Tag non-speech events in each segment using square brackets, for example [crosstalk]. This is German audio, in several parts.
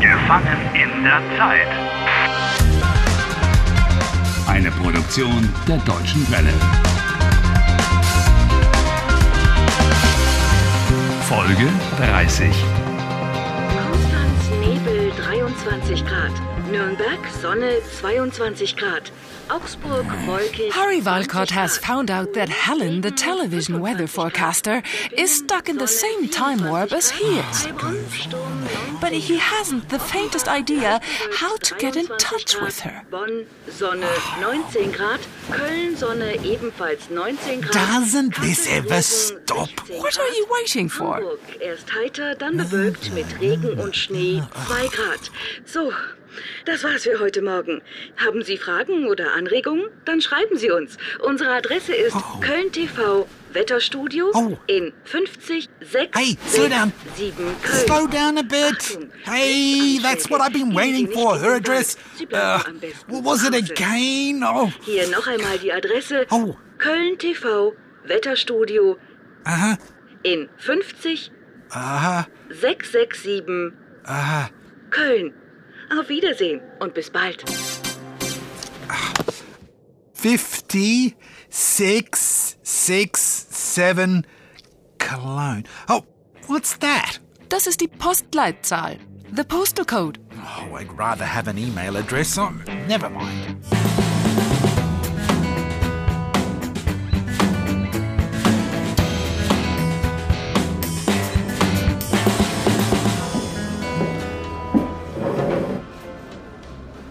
Gefangen in der Zeit. Eine Produktion der Deutschen Welle. Folge 30. Konstanz Nebel 23 Grad. Nürnberg Sonne 22 Grad. Augsburg wolkig. Harry Walcott 20 has Grad. found out that Helen, the television weather forecaster, is stuck in the same time warp as he is. Heilbronn, Sturm 19 But he hasn't the faintest idea how to get in 23 touch Grad. with her. Bonn Sonne 19 Grad. Köln Sonne ebenfalls 19 Grad. Doesn't this Kassel, ever Regen, stop? 16 What are you waiting for? Hamburg erst heiter, dann bewölkt mit Regen und Schnee 2 Grad. So, das war's für heute Morgen. Haben Sie Fragen oder Anregungen? Dann schreiben Sie uns. Unsere Adresse ist Köln TV Wetterstudio Oh. in 50 6 Hey, slow down. 7 Köln. Slow down a bit. Achtung, Hey, that's what I've been waiting for. Her address. Uh, what was it again? Oh, Hier noch einmal die Adresse Oh. Köln TV Wetterstudio uh huh, in 50 uh huh, 667 uh huh. Köln. Auf Wiedersehen und bis bald. 50, 6, 6, 7, Cologne. Oh, what's that? Das ist die Postleitzahl. The postal code. Oh, I'd rather have an email address. Oh, never mind.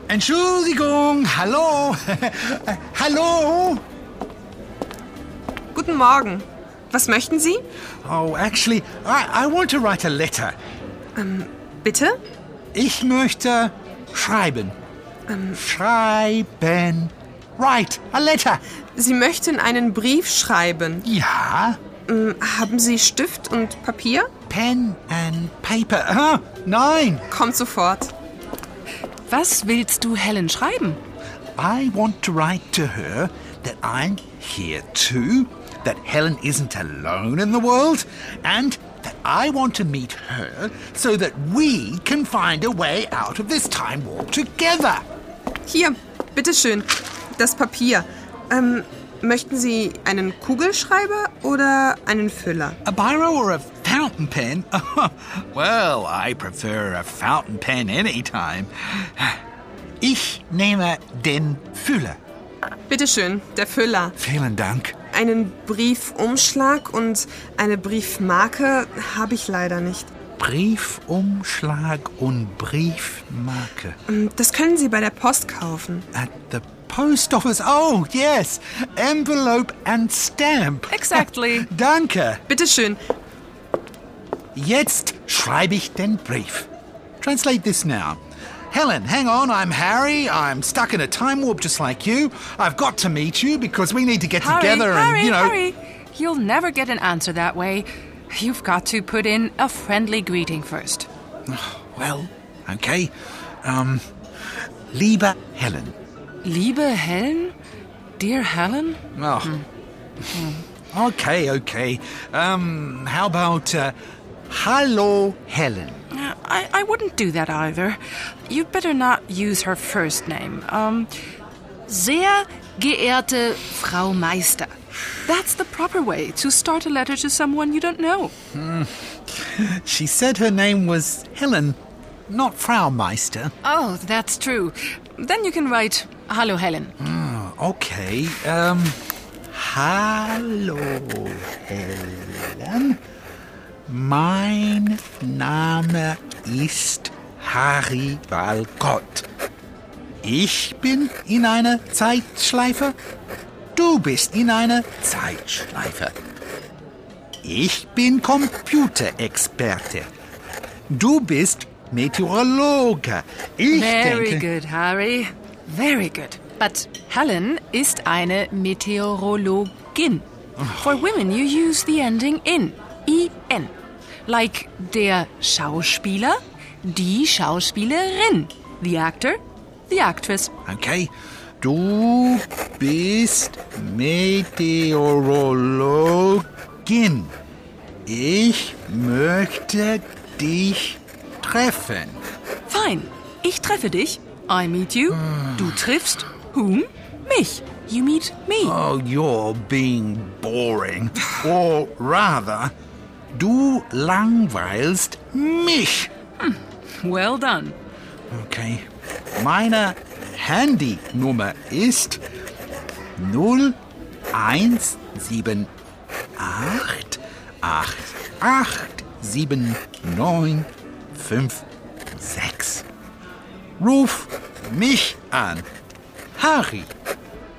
Entschuldigung, hallo, [laughs] hallo. Guten Morgen. Was möchten Sie? Oh, actually, I, I want to write a letter. Bitte? Ich möchte schreiben. Schreiben. Write a letter. Sie möchten einen Brief schreiben. Ja. Hm, Haben Sie Stift und Papier? Pen and paper. Ah, nein. Kommt sofort. Was willst du Helen schreiben? I want to write to her that I'm here too, that Helen isn't alone in the world, and that I want to meet her so that we can find a way out of this time warp together. Hier, bitteschön. Das Papier. Ähm, möchten Sie einen Kugelschreiber oder einen Füller? A biro or a fountain pen? [laughs] well, I prefer a fountain pen any time. [sighs] Ich nehme den Füller. Bitteschön, der Füller. Vielen Dank. Einen Briefumschlag und eine Briefmarke habe ich leider nicht. Briefumschlag und Briefmarke. Hm, Das können Sie bei der Post kaufen. At the post office. Oh, yes. Envelope and stamp. [laughs] Exactly. Danke. Bitteschön. Jetzt schreibe ich den Brief. Translate this now. Helen, hang on, I'm Harry. I'm stuck in a time warp just like you. I've got to meet you because we need to get Harry, together Harry, and, you know. Harry. You'll never get an answer that way. You've got to put in a friendly greeting first. Well, okay. Um, lieber Helen. Liebe Helen? Dear Helen? Oh. Hmm. Okay, okay. Um, how about, uh, hello, Helen? Uh, I, I wouldn't do that either. You'd better not use her first name. Um, sehr geehrte Frau Meister. That's the proper way to start a letter to someone you don't know. She said her name was Helen, not Frau Meister. Oh, that's true. Then you can write, Hallo Helen. Okay. Um. Hallo, Helen. Mein Name ist Harry Walcott. Ich bin in einer Zeitschleife. Du bist in einer Zeitschleife. Ich bin Computerexperte. Du bist Meteorologe. Ich Very denke. good, Harry. Very good. But Helen ist eine Meteorologin. For women, you use the ending in, in. Like der Schauspieler, die Schauspielerin, the actor, the actress. Okay. Du bist Meteorologin. Ich möchte dich treffen. Fine. Ich treffe dich. I meet you. Ah. Du triffst. Whom? Mich. You meet me. Oh, you're being boring. or rather, du langweilst mich. Well done. Okay. Meine Handynummer ist 0178 887956. Ruf mich an. Harry.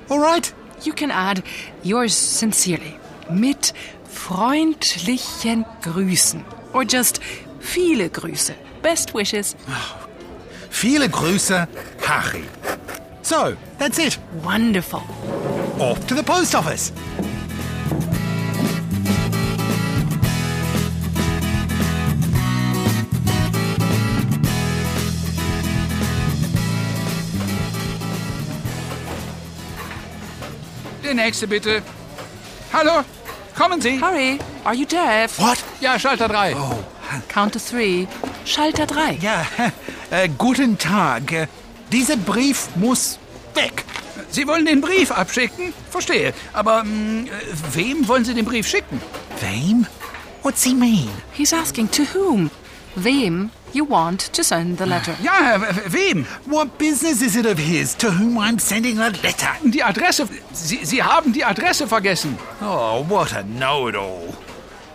All right? You can add yours sincerely. Mit freundlichen Grüßen. Or just viele Grüße. Best wishes. Viele Grüße, Harry. So, that's it. Wonderful. Off to the post office. Der nächste bitte. Hallo? Kommen Sie? Harry, are you deaf? What? Ja, Schalter 3. Count to three. Schalter drei. Ja, [laughs] äh, guten Tag. Äh, Dieser Brief muss weg. Sie wollen den Brief abschicken? Verstehe. Aber mh, äh, wem wollen Sie den Brief schicken? Wem? What's he mean? He's asking to whom? Wem you want to send the letter. Ja, w- w- wem? What business is it of his to whom I'm sending a letter? Die Adresse. Sie, Sie haben die Adresse vergessen. Oh, what a know-it-all.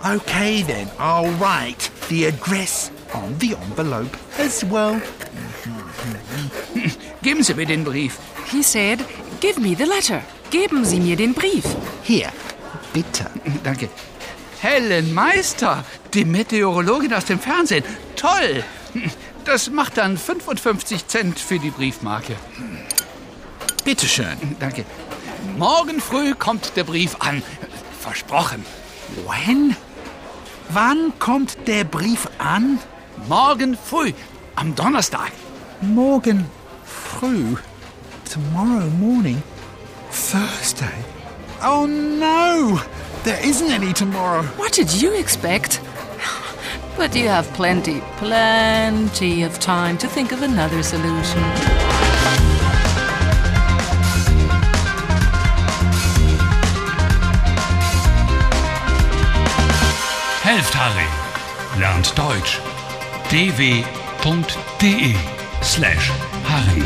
Okay then, I'll write the address on the envelope as well. Geben Sie mir den Brief. He said, give me the letter. Geben Sie mir den Brief. Here, bitte. Danke. Helen Meister, die Meteorologin aus dem Fernsehen. Toll. Das macht dann 55 Cent für die Briefmarke. Bitteschön. Danke. Morgen früh kommt der Brief an. Versprochen. When? Wann kommt der Brief an? Morgen früh, am Donnerstag. Morgen früh. Tomorrow morning. Thursday. Oh no! There isn't any tomorrow. What did you expect? [laughs] But you have plenty, plenty of time to think of another solution. Helft Harry. Lernt Deutsch. dw.de slash Harry.